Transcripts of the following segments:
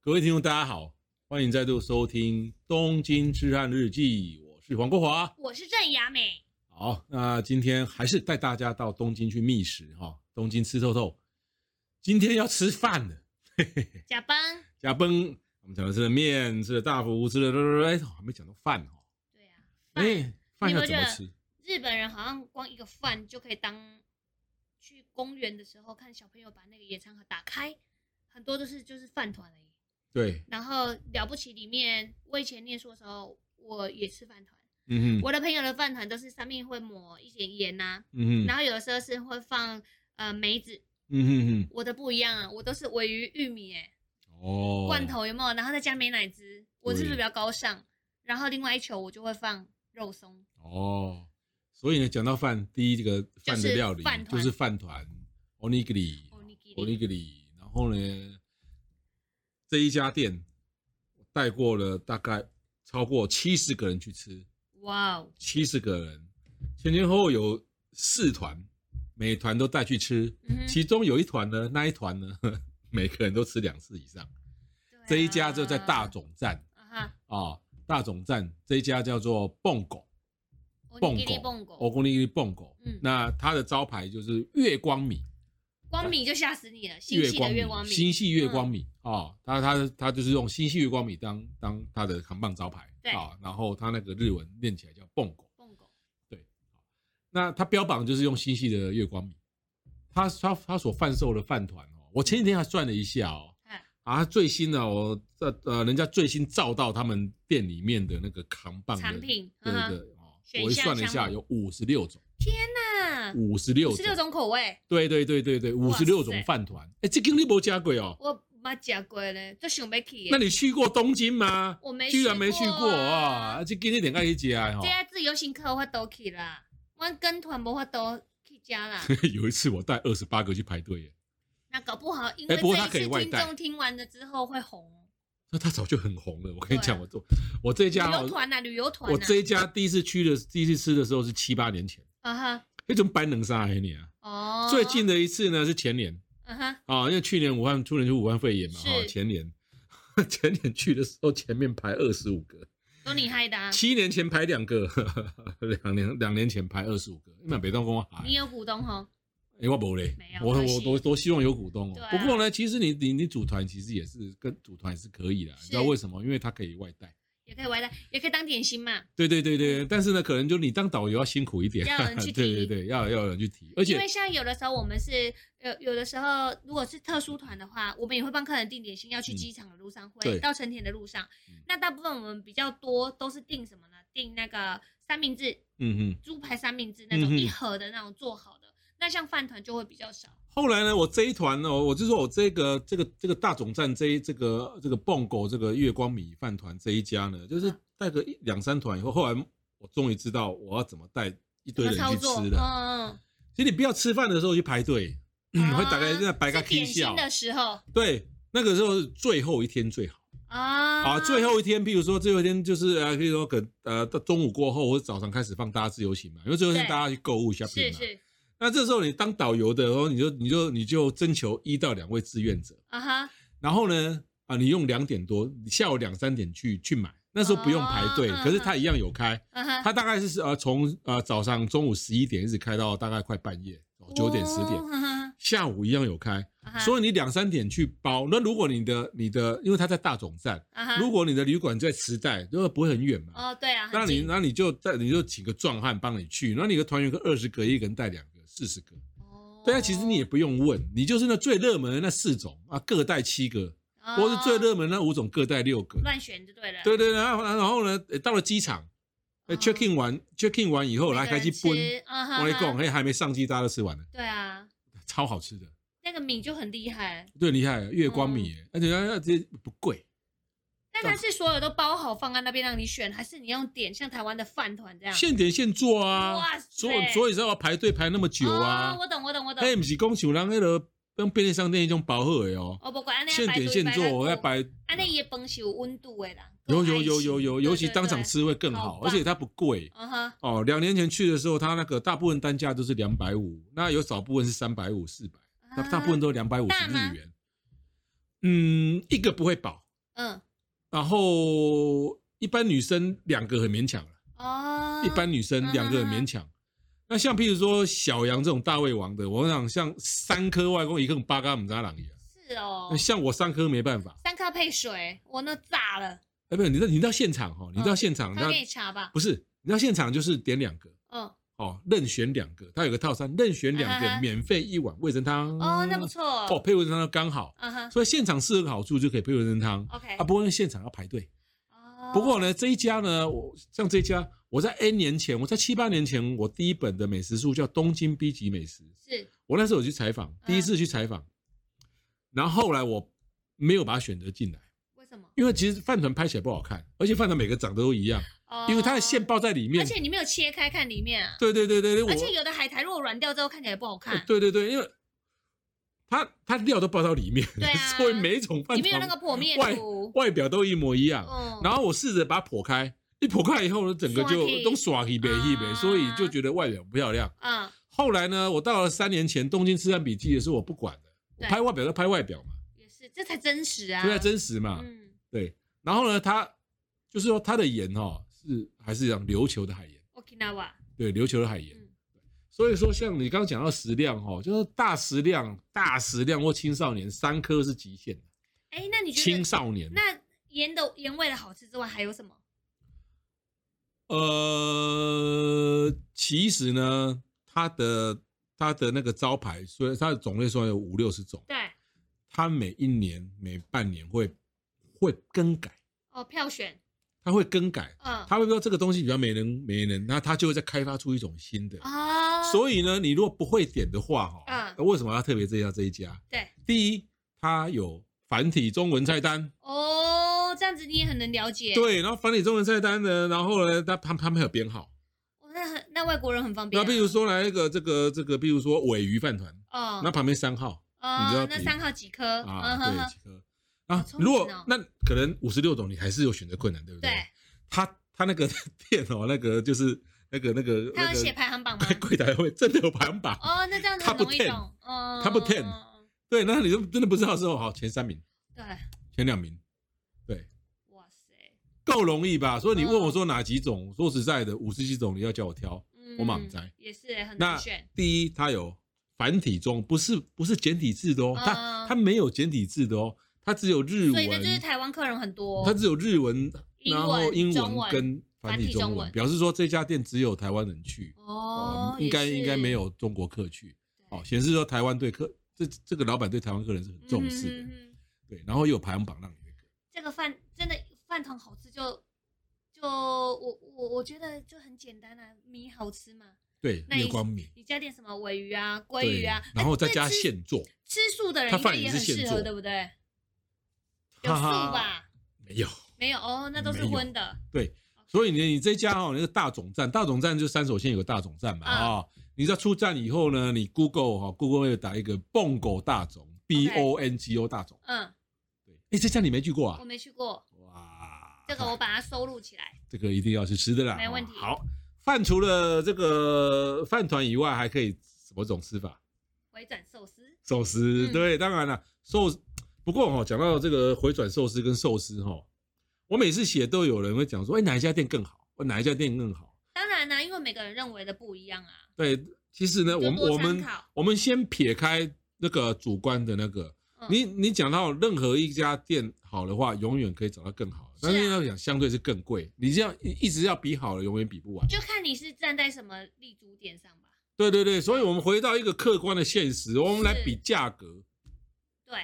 各位听众，大家好，欢迎再度收听《东京痴汉日记》，我是黄国华。我是郑雅美，好，那今天还是带大家到东京去觅食哈、东京吃透透。今天要吃饭了，假班。加崩，我们讲了吃了面，吃了大福，吃了哎，还没讲到饭哦。对啊，饭、哎，饭要怎你有没有么觉得吃？日本人好像光一个饭就可以当去公园的时候看小朋友把那个野餐盒打开，很多都是就是饭团而已。对，然后了不起里面，我以前念书的时候我也吃饭团，嗯哼，我的朋友的饭团都是上面会抹一些盐呐、嗯然哼，后有的时候是会放呃梅子，嗯哼我的不一样啊，我都是尾鱼玉米哎、哼，哦，罐，头有没有？然后再加美乃滋，我是不对是比较高尚？然后另外一球我就会放肉松，哦，所以呢，讲到饭，第一这个饭的料理就是饭团就是饭团 onigiri Onigiri onigiri，然后呢，这一家店我带过了大概超过七十个人去吃，哇哦，七十个人前前后后有四团，每团都带去吃，嗯哼其中有一团呢，那一团呢， 呵呵每个人都吃两次以上。对啊这一家就在大冢站啊哈，啊、大冢站这一家叫做蹦狗。蹦蹦狗，蹦欧狗，公力蹦狗。嗯那它的招牌就是月光米，光米就吓死你了，新系的月光米，嗯星系月光米啊，它它它就是用星系月光米当当它的扛棒招牌对啊，然后它那个日文念起来叫蹦狗。蹦狗，那它标榜就是用星系的月光米，它它它所贩售的饭团哦，我前几天还算了一下哦，哎，啊，最新的哦，这呃，人家最新照到他们店里面的那个扛棒的产，品，对对嗯对哼，哦，选我一项算了一项下，目有五十六种，那五十六五十六种口味，对对对对对，五哇十塞六种饭团。哎，这跟你没加贵哦？我没吃过嘞，就想不起耶。那你去过东京吗？我没居然没去过啊！啊啊，这跟你点爱去吃啊！哈这，下自由行课我都去啦，我跟团无法都去 加啦。有一次我带二十八个去排队耶，那搞不好因哎为不过这它一可以次外听带众听完了之后会红。那那他早就很红了。我跟你对讲，啊我做我这家旅游哦，团啊呐，旅游团我呐，这一家第一次去的第一次吃的时候是七八年前，啊哈，那种班能杀黑你啊！哦，最近，的一次呢是前年啊哈，啊，因为去年武汉出年就武汉肺炎嘛，哈，是前年 前年去的时候前面排二十五个。都你害的啊，七年前排两个， 两年两年前排二十五个，那北东风还你有股东吼，哎我没嘞没，有我可我惜多多希望有股东哦对。啊不过呢，其实你你你组团其实也是跟组团是可以的，你知道是为什么？因为它可以外带。也可以外带，也可以当点心嘛，对对对对，但是呢，可能就你当导游要辛苦一点，嗯要有人去对对提对，要要有人去提，而因且为像有的时候我们是有有的时候，如果是特殊团的话，我们也会帮客人定点心，要去嗯机场的路上会，对到成田的路上。嗯那大部分我们比较多都是订什么呢？订那个三明治，嗯嗯。猪排三明治那种、嗯哼一盒的那种做好的。那像饭团就会比较少。后来呢，我这一团呢，我就说我这个这个这个大总站这一这个这个蹦狗这个月光米饭团这一家呢，就是啊带个一两三团以后，后来我终于知道我要怎么带一堆怎么人操去作？吃嗯了。嗯，所以你不要吃饭的时候去排队， 嗯会大概在白咖是踢点心笑。的时候对，那个时候是最后一天最好啊啊。最后一天，譬如说最后一天就是呃，譬如说可呃到中午过后或者早上开始放大家自由行嘛，因为最后一天对大家去购物 shopping 是嘛。是那这时候你当导游的哦，你就你就你就征求一到两位志愿者，啊哈，然后呢啊，你用两点多，你下午两三点去去买，那时候不用排队，哦可是它一样有开，啊哈，它大概是呃从呃早上中午十一点一直开到大概快半夜九点十点。哦，啊下午一样有开，哈所以你两三点去包。那如果你的你的，因为它在大总站，啊哈，如果你的旅馆在池袋，因为不会很远嘛，哦对啊，那很你近那你就带你就请个壮汉帮你去，那你的团员跟二十个，一个人带两个，四十个。哦对啊，其实你也不用问，你就是那最热门的那四种啊，各带七个，或是最哦热门那五种各带六个。乱选就对了。对对，然后然后呢，诶到了机场哎哦，check in 完 check in 完以后，每个来人开始吃，奔，啊哈我跟你哈讲，嘿，还没上机，大家都吃完了，对啊，超好吃的。那个米就很厉害，对，厉害，月光米哦耶，而且它这不贵，但啊它是所有都包好放在那边让你选，还是你用点像台湾的饭团这样？现点现做啊，哇塞，所哦以所以才要排队排那么久啊哦。我懂，我懂，我懂。哎，不是讲像人那个用便利商店那种饱和的哦，我不管，安现点现做，我要，摆，安那也本是有温度的啦。有够爱有有有心有，尤其当场。哦对对对吃会更好好，而棒且它不贵嗯哼，哦。两年前去的时候，它那个大部分单价都是两百五，那有少部分是三啊百五、四百，那大部分都都两百五大十吗日元。嗯，一个不会饱，然后一般女生两个很勉强啊了，哦，一般女生两个很勉强。那像譬如说小羊这种大胃王的，我想像三颗外公一个八嘎姆扎朗一样，是哦，啊像我三颗没办法。三颗配水，我那炸了，哎，不是你到你到现场哈，你到现场，嗯他那给你查吧，不是你到现场就是点两个嗯，哦，任选两个，它有个套餐，任选两啊哈个哈免费一碗味噌汤。哦，那不错，哦，配味噌汤刚好，嗯哼所以现场是有个好处，就可以配味噌汤。 ，OK，啊，不过因为现场要排队。哎哦不过呢，这一家呢，我像这一家，我在 N 年前，我在七八年前，我第一本的美食书叫《东京 B 级美食》，是我那时候有去采访，第一嗯次去采访，然后后来我没有把它选择进来，为什么？因为其实饭团拍起来不好看，而且饭团每个长得都一样，哦因为它的馅包在里而面。且你没有切开看里面啊，对对对对对，我呃而且有的海苔如果软掉之后看起来不好看，对对对，因为它它料都包到里面，对啊所以每一种饭里面有那团个破面外图，外表都一模一样。嗯，然后我试着把它剖开，一剖开以后呢，整个刷就起都耍起北一北，啊所以就觉得外表不漂亮。嗯，后来呢，我到了三年前东京吃饭笔记的时候，我不管了，我对拍外表就拍外表嘛，也是，这才真实啊，就在真实嘛，嗯对。然后呢，它就是说它的盐哦，是还是讲琉球的海盐， ，Okinawa，对，琉球的海盐。嗯所以说，像你刚刚讲到食量哦，就是大食量、大食量或青少年三颗是极限的，哎，那你觉青得少年那盐的盐味的好吃之外还有什么？呃，其实呢，它的它的那个招牌，所以它的种类虽然有五六十种，对，它每一年、每半年会会更改，哦，票选，它会更改，嗯，它会说这个东西比较没人没人，那它就会再开发出一种新的。啊，所以呢，你如果不会点的话，哈、嗯那为什么要特别介绍这一家？对，第一，它有繁体中文菜单，哦，这样子你也很能了解，，对，然后繁体中文菜单呢，然后呢，它它它们有编号。哦、那很那外国人很方便、那啊。比如说来一个这个这个，比如说尾鱼饭团，哦，那旁边三号你就要哦，那比三号几颗？啊，嗯哼对，哼，几颗啊好？聪明如哦果那可能五十六种，你还是有选择困难，对不对？对，他他那个 店哦，那个就是那个那个他那有写个排行 榜吗？柜台会真的有排行榜，哦，那这样子很 Top 容易懂。嗯 Top 10对，那你就真的不知道说好前三名、对，前两名，对，哇塞，够容易吧？所以你问嗯我说哪几种？说实在的，五十几种你要叫我挑，嗯我满载也是很那难选。第一，它有繁体中，不是不是简体字的哦，它嗯它没有简体字的哦，它只有日所以那就是文，台湾客人很多。它只有日文，英然后文英中文文跟繁繁体体中中文，文表示说这家店只有台湾人去，哦，应该也是应该没。有中国客去，对哦，，显示说台湾对客这这个老板对台湾客人是很重视的，嗯嗯嗯嗯对，然后又有排行榜让你那个，这个饭真的饭团好吃就，就我我我觉得就很简单啊，米好吃嘛，那对，你月光米，你加点什么尾鱼啊、鲑对鱼啊，，然后再加哎这吃现做，吃素的人它应该饭也也是很现适合，做对不对？有哈素哈吧？没有，没有哦，那都是没有荤的。对，所以你你这家哦，那个大总站，大总站就三手线有个大总站嘛啊、啊哦你知道出站以后呢，你 Google 哈、Google 会打一个蹦狗大总 B O N G O 大总，嗯，对，哎，这家你没去过啊我？没去过，哇，这个我把它收录起来。 这个一定要去吃的啦，没问题好，饭除了这个饭团以外，还可以什么种吃法？回转寿司，寿司，嗯对，当然了，寿司。不过哦，讲到这个回转寿司跟寿司哈、哦，我每次写都有人会讲说，哎，哪一家店更好？哪一家店更好？当然啦、因为每个人认为的不一样啊。对，其实呢，就我们多我们参考我们先撇开那个主观的那个，嗯、你你讲到任何一家店好的话，永远可以找到更好的，是但啊是要讲相对是更贵，你这样一一直要比好了，永远比不完。就看你是站在什么立足点上吧。对对对，所以我们回到一个客观的现实，我们来比价格。对，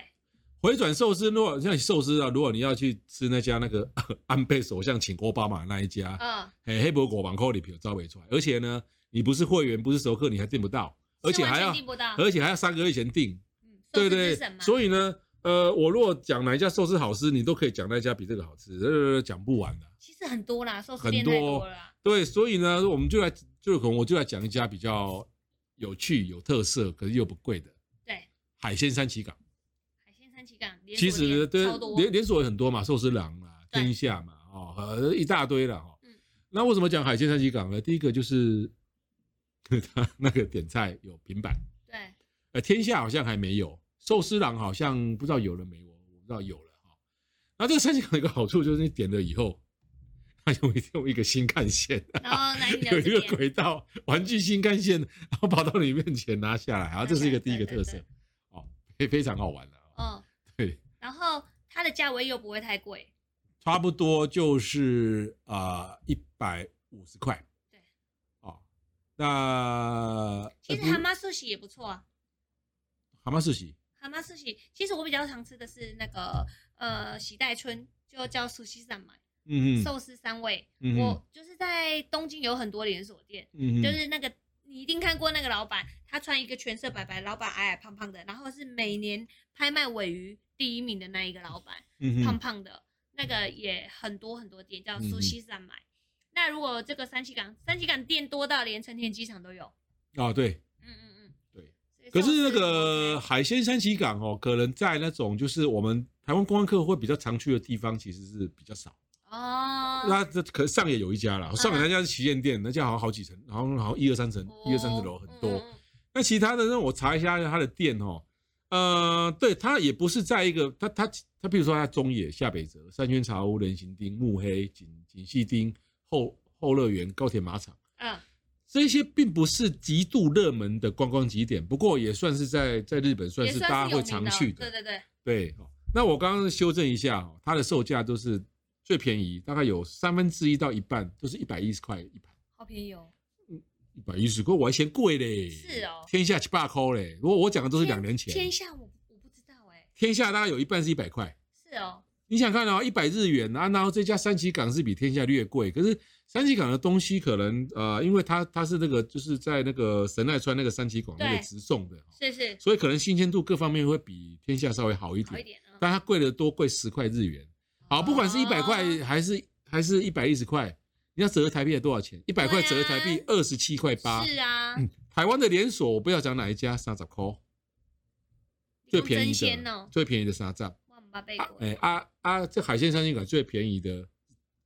回转寿司，如果像寿司啊，如果你要去吃那家那个 安倍首相请奥巴马那一家，嗯，哎、黑博果网扣里票招尾出来，而且呢，你不是会员，不是熟客，你还订不到，而且还是完要全订不到，而且还要三个月前订。嗯，对寿司对之神，嘛，所以呢，呃，我如果讲哪一家寿司好吃，你都可以讲那家比这个好吃，呃，讲不完的。其实很多啦，寿司很店多哦太多了啦。对，所以呢，我们就来，就可能我就来讲一家比较有趣、有特色，可是又不贵的对，海鲜三旗港。海鲜三旗港连锁其实店对超多，连连锁有很多嘛，寿司郎啦、对天下嘛，哦，呃，一大堆了哦嗯。那为什么讲海鲜三旗港呢？第一个就是 他那个点菜有平板，对，呃，天下好像还没有，寿司郎好像不知道有了没，我我不知道有了哈。然后这个三线有一个好处就是你点了以后，它有一用一个新干线，然后来你有的一这个边轨道玩具新干线，然后跑到你面前拿下来，啊，这是一个第一个特色对对对哦，非非常好玩的、哦，哦，对，然后它的价位又不会太贵，差不多就是啊一百五十块，对，哦，那呃其实蛤蟆寿喜也不错啊。蛤蟆寿喜蛤蟆寿喜，其实我比较常吃的是那个呃喜代村，就叫熟西散买嗯嗯寿司三味。嗯哼我就是在东京有很多连锁店，嗯就哼是那个你一定看过那个老板，他穿一个全色白白，老板矮矮胖胖的，然后是每年拍卖尾鱼第一名的那一个老板，嗯哼胖胖的那个也很多很多店叫嗯熟西散买。那如果这个三七港三七港店多到连成田机场都有，啊对。嗯嗯嗯，对所以可寿司是那很好个吃海鲜三旗港哦，可能在那种就是我们台湾观光客会比较常去的地方，其实是比较少。哦，那这可上野有一家啦，上野那家是旗舰店，那家好像好几层，好像好像一二三层，一二三十楼很多。嗯嗯那其他的呢，我查一下它的店哦，呃，对，它也不是在一个，它它它，比如说它中野、下北泽、三圈茶屋、人行町、目黑、锦锦细町、后后乐园、高铁马场。嗯，这些并不是极度热门的观光景点，不过也算是在在日本算也是算大家是有会名常的去对的。对对，对，哦那我刚刚修正一下哦，它的售价都是最便宜，大概有三分之一到一半，都是一百一十块一盘，好便宜哦。一百一十块我还嫌贵嘞。是哦天下七八块嘞。如果我讲的都是两年前，天天下我我不知道哎，下大概有一半是一百块。是哦，你想看哦，一百日元啊，然后这家三崎港是比天下略贵，可是三崎港的东西可能呃，因为它它是那个就是在那个神奈川那个三崎港那个对直送的，哦是是，所以可能新鲜度各方面会比天下稍微好一好一点，点啊。但它贵的多，贵十块日元。好，不管是一百块哦还是还是一百一十块，你要折合台币多少钱？一百块折合台币二十七块八。啊是啊，嗯，台湾的连锁我不要讲哪一家，三十块最便宜你用真鲜的哦，最便宜的沙炸。万八倍啊果，哎啊啊！这海鲜三星馆最便宜的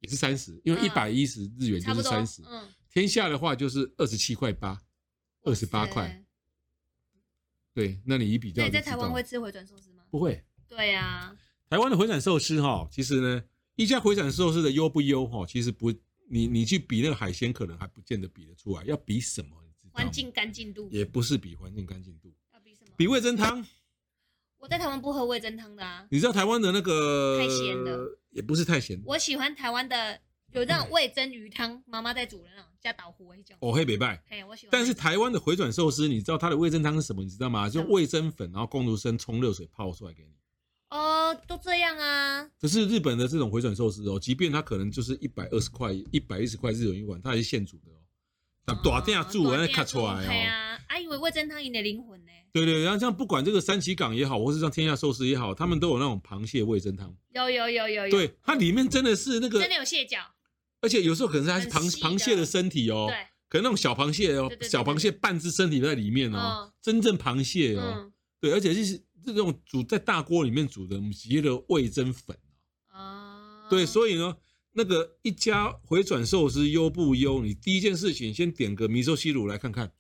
也是三十，因为一嗯百一十日元就差不是多三十，嗯，天下的话就是二十七块八，二十八哇塞块。。对，那你一比较那就你知道，在台湾会吃回转寿司吗？不会？对啊，台湾的回转寿司哈、其实呢，一家回转寿司的优不优哈、其实不，你你去比那个海鲜，可能还不见得比得出来。要比什么？你知道吗环境干净度也不是比环境干净度，要比什么？比味噌汤。我在台湾不喝味噌汤的啊，你知道台湾的那个太咸了，也不是太咸。我喜欢台湾的有嗯那种味噌鱼汤，妈妈在煮的那种，加岛糊那种。哦，黑北拜。嘿，我喜欢那种。但是台湾的回转寿司，你知道它的味噌汤是什么？你知道吗？就么味噌粉，然后工读生冲热水泡出来给你。哦，都这样啊，可是日本的这种回转寿司哦，即便它可能就是一百二十块、一百一十块日元一碗，它也是现煮的哦。那大店煮完再看卡出来对哦。啊，啊，因为味噌汤赢的灵魂呢，对对，然后像不管这个三崎港也好，或是像天下寿司也好，他们都有那种螃蟹味噌汤。有有有有有，对，它里面真的是那个哎真，的有蟹脚，而且有时候可能还是很螃细的螃蟹的身体哦，对，可能那种小螃蟹哦对对，对小螃蟹半只身体在里面哦嗯，真正螃蟹哦。嗯，对，而且就是这种煮在大锅里面煮的企业的味增粉，啊，对，以所以呢，那个一家回转寿司优不优？你第一件事情先点个米寿西乳来看看。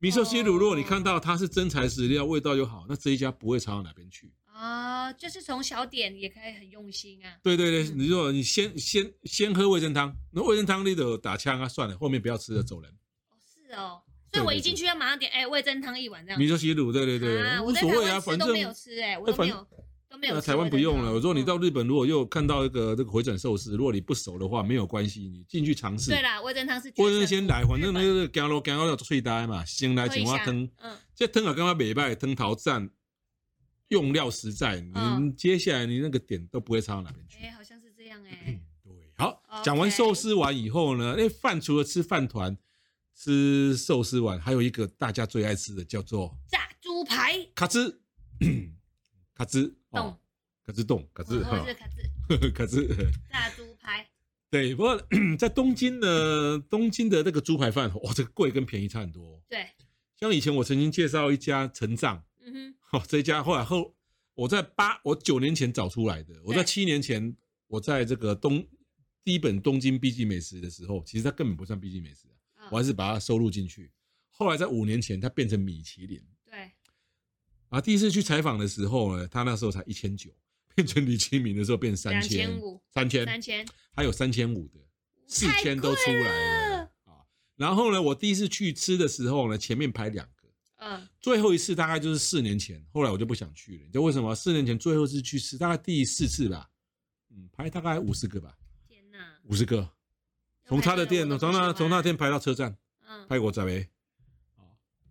米寿西乳，如哦果你看到它是真材实料，味道又好，那这一家不会差到哪边去。啊，就是从小点也可以很用心啊，对对对，嗯你说你先先先喝味噌汤，那味噌汤你都打枪啊，算了，后面不要吃了，走人。哦，是哦，所以我一进去要马上点，哎，味噌汤一碗这样米，寿西乳，对对对，啊无我在所台谓啊，湾吃反都正没有吃，哎，我都没有都没有那吃台湾不用了。味噌汤我说你到嗯日本，如果又看到一个这个回转寿司，如果你不熟的话，没有关系，你进去尝试。对啦，味噌汤是我决胜是先来，反日正本那个干咯干咯要脆呆嘛，先来喝一青蛙下汤，嗯，这汤啊干嘛北拜汤头赞，用料实在，你嗯接下来你那个点都不会差到哪边去嗯哎，。好像是这样哎，对，好， OK 讲完寿司完以后呢，那饭除了吃饭团、吃寿司丸，还有一个大家最爱吃的叫做炸猪排，卡兹，卡兹冻，卡兹冻，卡兹或哈者，是卡子卡兹。炸猪排，对，不过在东京呢，东京的那个猪排饭，哇，这个贵跟便宜差很多哦、对，像以前我曾经介绍一家成藏，嗯哼，哦，这一家后来后我在八我九年前找出来的，我在对七年前我在这个东第一本东京 B 级美食的时候，其实它根本不算 B 级美食啊，嗯我还是把它收录进去。后来在五年前，它变成米其林对，啊。第一次去采访的时候呢，它那时候才一千九，变成李清明的时候变三千2500三千三千，还有三千五的，四千都出来了了。啊。然后呢，我第一次去吃的时候呢，前面排两个，嗯，最后一次大概就是四年前，后来我就不想去了。你知道为什么？四年前最后一次去吃，大概第四次吧，嗯，排大概五十个吧，天哪！五十个。从他的店，要排队从我都那不喜欢从那天排到车站，嗯排过仔没？啊，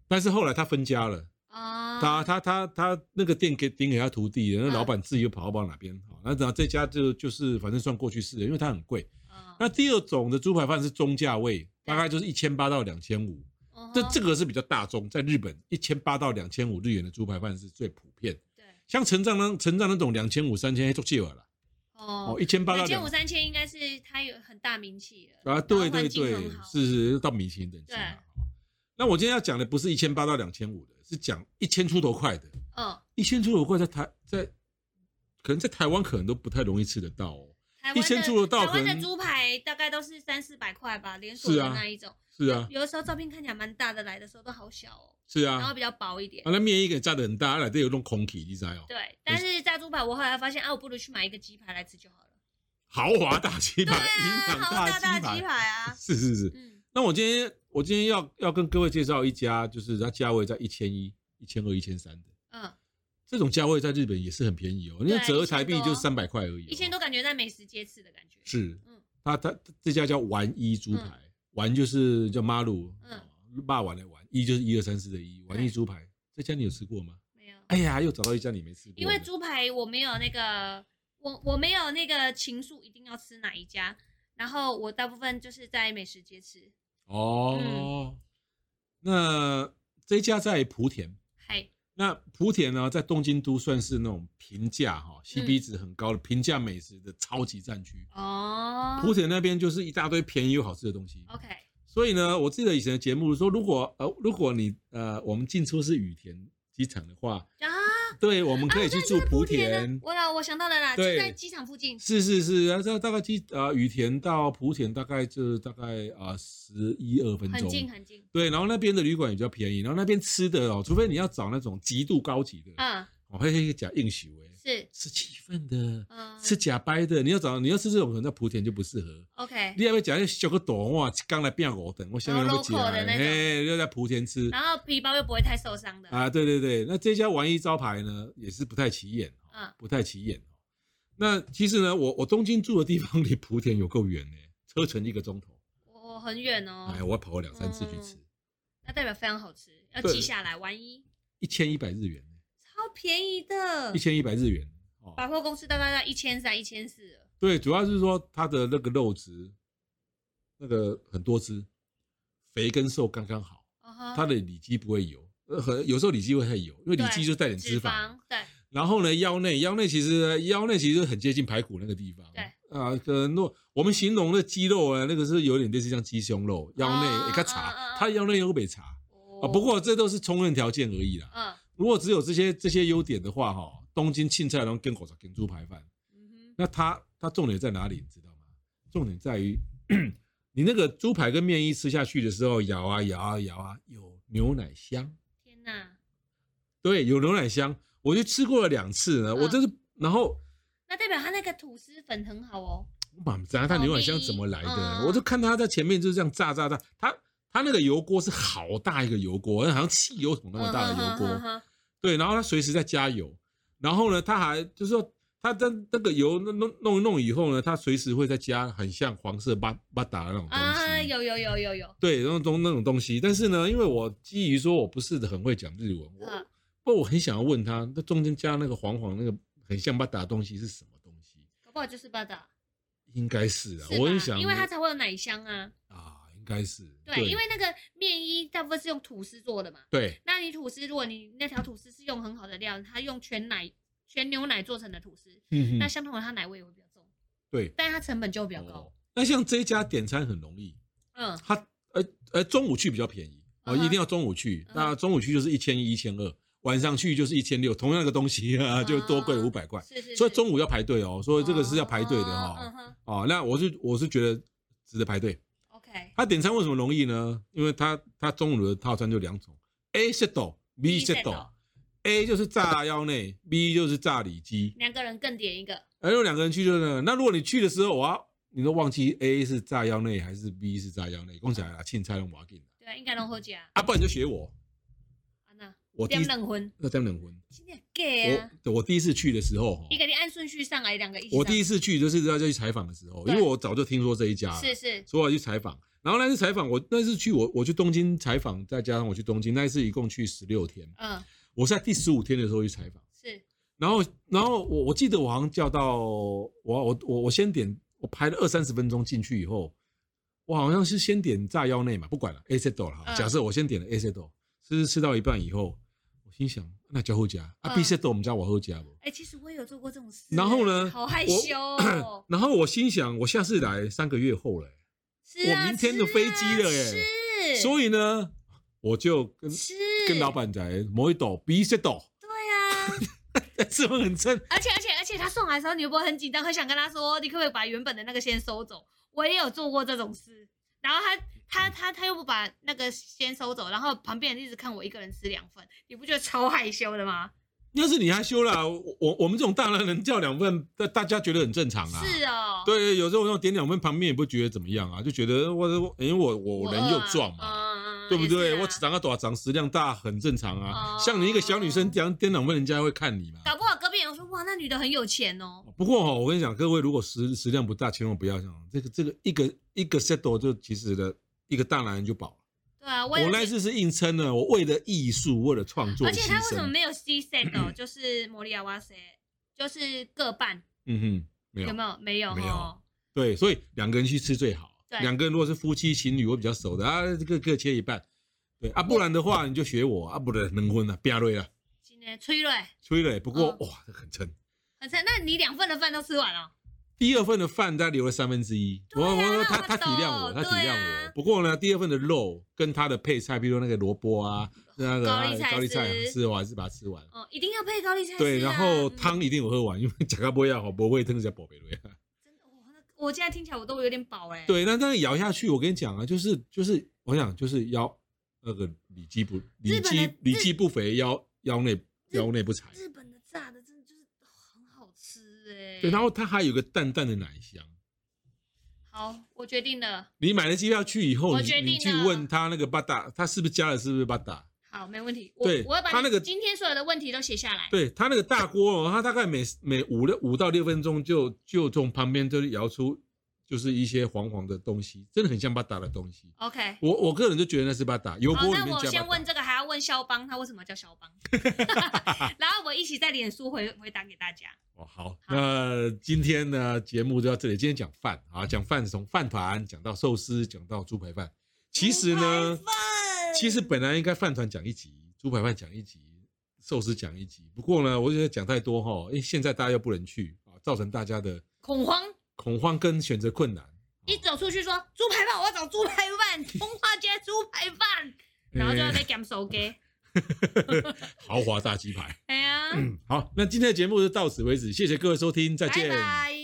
但是后来他分家了，啊，他他他他那个店给顶给他徒弟，那嗯老板自己又跑到不知道哪边，好，那然后这家就就是反正算过去式了，因为它很贵。嗯那第二种的猪排饭是中价位，大概就是一千八到两千五，嗯哼这这个是比较大众，在日本一千八到两千五日元的猪排饭是最普遍。对像成长那成长那种两千五三千就借了啦，哦哦，一千八到两千两五三千应该是他有很大名气了啊，对对环境对很，好是是到明星等级对嘛。哦那我今天要讲的不是一千八到两千五的，是讲一千出头块的。嗯，一千出头块在台在可能在台湾可能都不太容易吃得到哦。台湾的一千出头到台湾可的能猪排大概都是三四百块吧，连锁是的啊那一种。是啊，有的时候照片看起来蛮大的，来的时候都好小哦，是然后啊，比较薄一点啊。那面衣给炸得很大，啊来这有种空气，你知道哦，对，但是炸猪排我后来发现啊，我不如去买一个鸡排来吃就好了。豪华大鸡对排，啊，营养好大大鸡鸡排 啊，是是是。嗯，那我今天我今天要要跟各位介绍一家，就是它价位在一千一、一千二、一千三的嗯，这种价位，在日本也是很便宜哦，因为对折合台币1000就多三百块而已、哦，以前都感觉在美食街吃的感觉。是，嗯它它这家叫丸一猪排，丸就是叫马鲁，嗯嗯，霸丸的丸，一就是一二三四的一，丸一对猪排，这家你有吃过吗？没有，哎呀，又找到一家你没吃过的，因为猪排我没有那个，我我没有那个情愫，一定要吃哪一家。然后我大部分就是在美食街吃。嗯哦，那这家在莆田，嗨，那莆田呢，在东京都算是那种平价哈，CP 嗯值很高的平价美食的超级战区。哦莆田那边就是一大堆便宜又好吃的东西， ，OK，所以呢，我记得以前的节目说，如果呃，如果你呃，我们进出是羽田机场的话，啊，对，我们可以去住莆啊田。我老我想到了啦，就对在机场附近。是是是，然后大大概机呃羽田到莆田大概就大概啊十一二分很钟，近很近，对，然后那边的旅馆也比较便宜，然后那边吃的哦，除非你要找那种极度高级的，哦嗯，我会会讲硬许为是，吃气氛的，嗯，吃假掰的，你要找你要吃这种可能在莆田就不适哎合。 OK，你要不要讲那小个啊短哇，刚来变我等，我下面然都后不哦 local 的那种哎，就在莆田吃然后皮包又不会太受伤的。啊，对对对，那这家玩意招牌呢也是不太起眼，哦嗯，不太起眼。那其实呢，我我东京住的地方离莆田有够远呢，车程一个钟头，我我很远哦哎，，我跑过两三次去吃，那代表非常好吃，要对记下来。万一一千一百日元，超便宜的一，千一百日元哦，百货公司大概在一千三、一千四。对，主要是说它的那个肉质，那个很多汁，肥跟瘦刚刚好，它它的里脊不会油，呃，很有时候里脊会太油，因为里脊就带点脂脂肪。肪，对，然后呢，腰内，腰内其实腰内其实很接近排骨那个地方。对啊，可能若我们形容的肌肉啊，那个是有点类似像鸡胸肉，腰内啊也该啊啊查，啊它腰内又被查啊。啊不，过这都是充分条件而已啦。嗯如果只有这些这些优点的话，哈，东京青菜龙跟狗杂跟猪排饭，嗯那它它重点在哪里，你知道吗？重点在于 你那个猪排跟面衣吃下去的时候，咬啊咬啊咬啊，有牛奶香，哼，天哪，对，有牛奶香，我就吃过了两次呢，我嗯真是，然后那代表它那个吐司粉很好哦。我妈知道它牛奶香怎么来好的，味我就看它在前面就是这样炸炸炸，它它那个油锅是好大一个油锅，好像汽油桶那么大的油锅，嗯哼哼哼哼对，然后它随时在加油，然后呢，它还就是说，它在那个油弄弄弄一弄以后呢，它随时会再加很像黄色巴巴达的那种东西，啊，有有有有有，对，那种东那种东西。但是呢，因为我基于说我不是很会讲日文，我、嗯不过我很想要问他，那中间加那个黄黄那个很像巴达的东西是什么东西？搞不好就是巴达，应该是啊，是我很吧？想，因为它才会有奶香啊。啊，应该是对，因为那个面衣大部分是用吐司做的嘛。对那你吐司，如果你那条吐司是用很好的料，它用全奶、全牛奶做成的吐司，嗯那哼，相同的它奶味也会比较重，对但它成本就比较哦高。那像这一家点餐很容易，嗯它呃呃中午去比较便宜哦，嗯哼一定要中午去。嗯哼那中午去就是一千一、一千二，晚上去就是一千六，同样的东西啊，就多贵哦五百块。是是是，所以中午要排队哦，所以这个是要排队的嗯哈。哼哦，那我是我是觉得值得排队。 ，OK，它点餐为什么容易呢？因为它它中午的套餐就两种，A set 斗、B set 斗。 A 就是炸腰内，B 就是炸里脊。两个人更点一个，哎，如果两个人去就是那个那如果你去的时候，哇，你都忘记 A 是炸腰内还是 B 是炸腰内，讲起来啦，凊彩拢无要紧啦。对啊，应该拢好食啊。啊，不然你就学我，那我第点一两分，那这样两分。今天 gay 啊，我我第一次去的时候，哈你给你按顺序上来，两个一起上。我第一次去就是要去采访的时候，因对为我早就听说这一家了，是是所以我去采访。然后那次采访，我那次去我我去东京采访，再加上我去东京，那一次一共去十六天，嗯我是在第十五天的时候去采访。是然后，然后我我记得我好像叫到我我我我先点，我排了二三十分钟进去以后，我好像是先点炸腰内嘛，不管了 A set 了哈。嗯假设我先点了 A set，吃吃到一半以后，我心想那叫后加啊嗯 B set 我们家往后加不？哎、其实我也有做过这种事。然后呢好害我。羞、哦然后我心想我下次来三个月后了，是啊，我明天的飞机了耶是、所以呢，我就跟是跟老板在某一斗 B set，对啊，是不是很正？而且而且而且他送来的时候，你会不会很紧张，很想跟他说，你可不可以把原本的那个先收走？我也有做过这种事，然后他他他他又不把那个先收走，然后旁边人一直看我一个人吃两份，你不觉得超害羞的吗？要是你害羞啦，我我我们这种大男人叫两份，大大家觉得很正常啊。是哦，对，有时候我点两份，旁边也不觉得怎么样啊，就觉得我我因为我我我嗯饿啊，人又壮嘛，嘛对不对？我道。长个短，长食量大，很正常啊。啊哦像你一个小女生点点两份，人家会看你嘛。搞不好隔壁人说哇，那女的很有钱哦。不过哈、我跟你讲，各位如果食食量不大，千万不要想这个这个一个一个 set 就其实的一个大男人就饱了。对啊，我我也那次是硬撑的，我为了艺术，为了创作而牺且他为什么牲。没有 C set 哦？就是摩利亚哇塞，就是各半，嗯哼，没有有没有？没有，没哦。对，所以两个人去吃最好。对两个人如果是夫妻情侣，我比较熟的啊，各各切一半。对啊，不然的话你就学我啊，不然能混了，别累了，今天崔瑞吹了。不过、嗯哇，这很撑。很惨，那你两份的饭都吃完了、第二份的饭大概留了三分之一，对啊我那他我他体懂谅我，他体对谅啊我。不过呢，第二份的肉跟他的配菜，比如那个萝卜啊，那个高啊丽菜高丽菜丝是我还是把它吃完。哦，一定要配高丽菜、啊。对，然后嗯、汤一定有喝完，因为 贾卡波亚好啊不会吞下宝贝瑞。真的，哇那我现在听起来我都有点饱哎、，对，那这样咬下去，我跟你讲啊，就是就是，我想就是腰那个里脊不里日本的脊里日脊不肥，腰腰内腰内不柴。日本的炸的真的就是、哦很好吃哎、对，然后它还有个淡淡的奶香。好，我决定了，你买了机票去以后，我你决你定去了问他那个巴达，他是不是加了是不是巴达？好，没问题。我对我要把他你那个今天所有的问题都写下来。对他那个大锅哦，他大概每每五六五到六分钟就就从旁边就是摇出就是一些黄黄的东西，真的很像巴达的东西。 ，OK。我我个人就觉得那是巴达油好，锅里那面我加先巴问达。这个，还要问肖邦，他为什么 叫肖邦？然后我一起在脸书回回答给大家。哦，好，那今天呢节目就到这里。今天讲饭嗯啊，讲饭是从饭团讲到寿司，讲到猪排饭。其实呢，其实本来应该饭团讲一集，猪排饭讲一集，寿司讲一集。不过呢，我觉得讲太多哈，因为现在大家又不能去啊，造成大家的恐慌，恐慌跟选择困难。一走出去说猪排饭，我要找猪排饭， 通化街猪排饭，呃然后就要被 g a 手给。豪华大鸡排。哎呀， 好，那今天的节目就到此为止，谢谢各位收听，再见。拜拜。